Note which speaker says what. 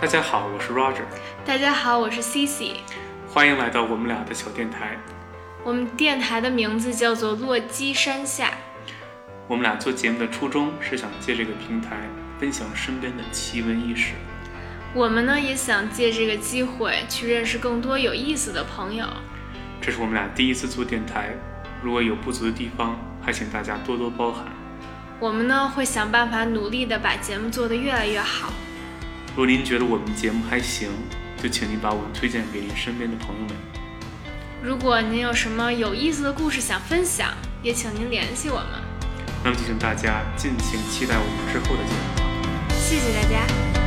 Speaker 1: 大家好，我是 Roger，
Speaker 2: 大家好，我是 Cici。
Speaker 1: 欢迎来到我们俩的小电台。
Speaker 2: 我们电台的名字叫做落基山下。
Speaker 1: 我们俩做节目的初衷是想借这个平台分享身边的奇闻异事。
Speaker 2: 我们呢也想借这个机会去认识更多有意思的朋友。
Speaker 1: 这是我们俩第一次做电台，如果有不足的地方，还请大家多多包涵。
Speaker 2: 我们呢会想办法努力的把节目做得越来越好。
Speaker 1: 如果您觉得我们节目还行，就请您把我们推荐给您身边的朋友们。
Speaker 2: 如果您有什么有意思的故事想分享，也请您联系我们。
Speaker 1: 那么就请大家敬请期待我们之后的节目。
Speaker 2: 谢谢大家。